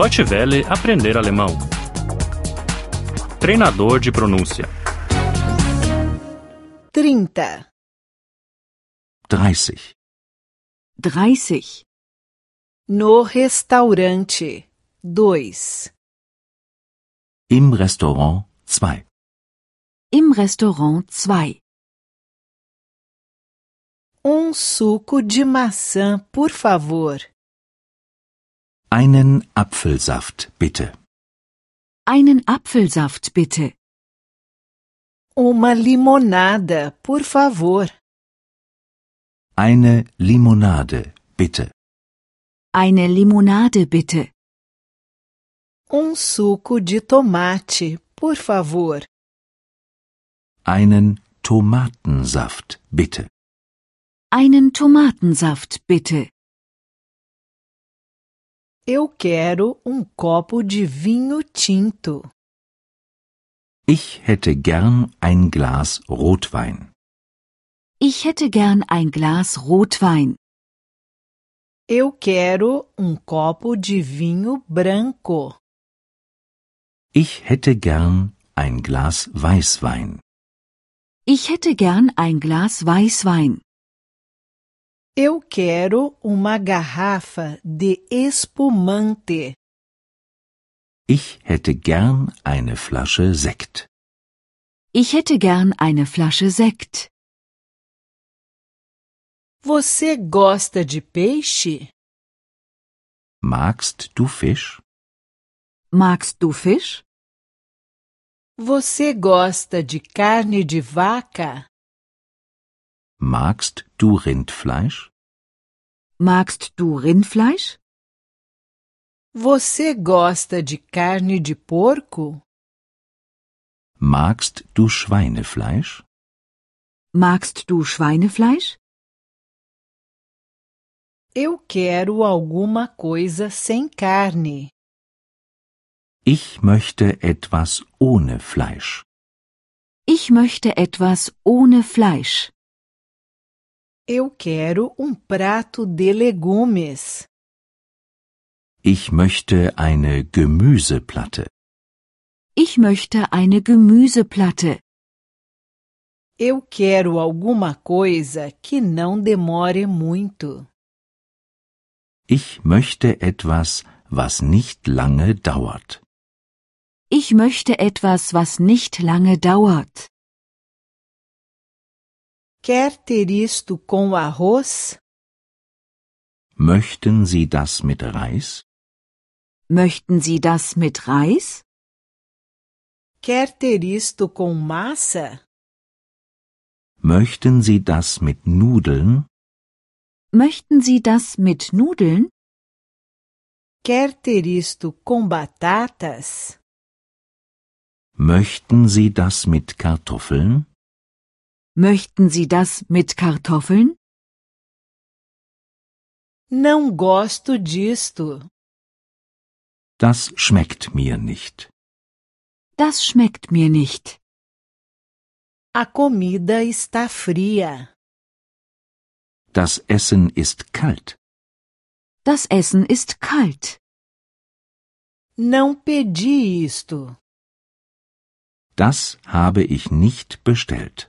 Deutsche Welle aprender alemão. Treinador de pronúncia. 30. 30. 30. No restaurante. 2. Im Restaurant 2. Im Restaurant 2. Um suco de maçã, por favor. Einen Apfelsaft, bitte. Einen Apfelsaft bitte. Uma limonada, por favor. Eine Limonade, bitte. Eine Limonade bitte. Um suco de tomate, por favor. Einen Tomatensaft, bitte. Einen Tomatensaft bitte. Eu quero um copo de vinho tinto. Ich hätte gern ein Glas Rotwein. Ich hätte gern ein Glas Rotwein. Eu quero um copo de vinho branco. Ich hätte gern ein Glas Weißwein. Ich hätte gern ein Glas Weißwein. Eu quero uma garrafa de espumante. Ich hätte gern eine Flasche Sekt. Ich hätte gern eine Flasche Sekt. Você gosta de peixe? Magst du Fisch? Magst du Fisch? Você gosta de carne de vaca? Magst du Rindfleisch? Magst du Rindfleisch? Você gosta de carne de porco? Magst du Schweinefleisch? Magst du Schweinefleisch? Eu quero alguma coisa sem carne. Ich möchte etwas ohne Fleisch. Ich möchte etwas ohne Fleisch. Eu quero um prato de legumes. Ich möchte eine Gemüseplatte. Ich möchte eine Gemüseplatte. Eu quero alguma coisa que não demore muito. Ich möchte etwas, was nicht lange dauert. Ich möchte etwas, was nicht lange dauert. Quer ter isto com arroz? Möchten Sie das mit Reis? Möchten Sie das mit Reis? Quer ter isto com massa? Möchten Sie das mit Nudeln? Möchten Sie das mit Nudeln? Quer ter isto com batatas? Möchten Sie das mit Kartoffeln? Möchten Sie das mit Kartoffeln? Não gosto disto. Das schmeckt mir nicht. Das schmeckt mir nicht. A comida está fria. Das Essen ist kalt. Das Essen ist kalt. Não pedi isto. Das habe ich nicht bestellt.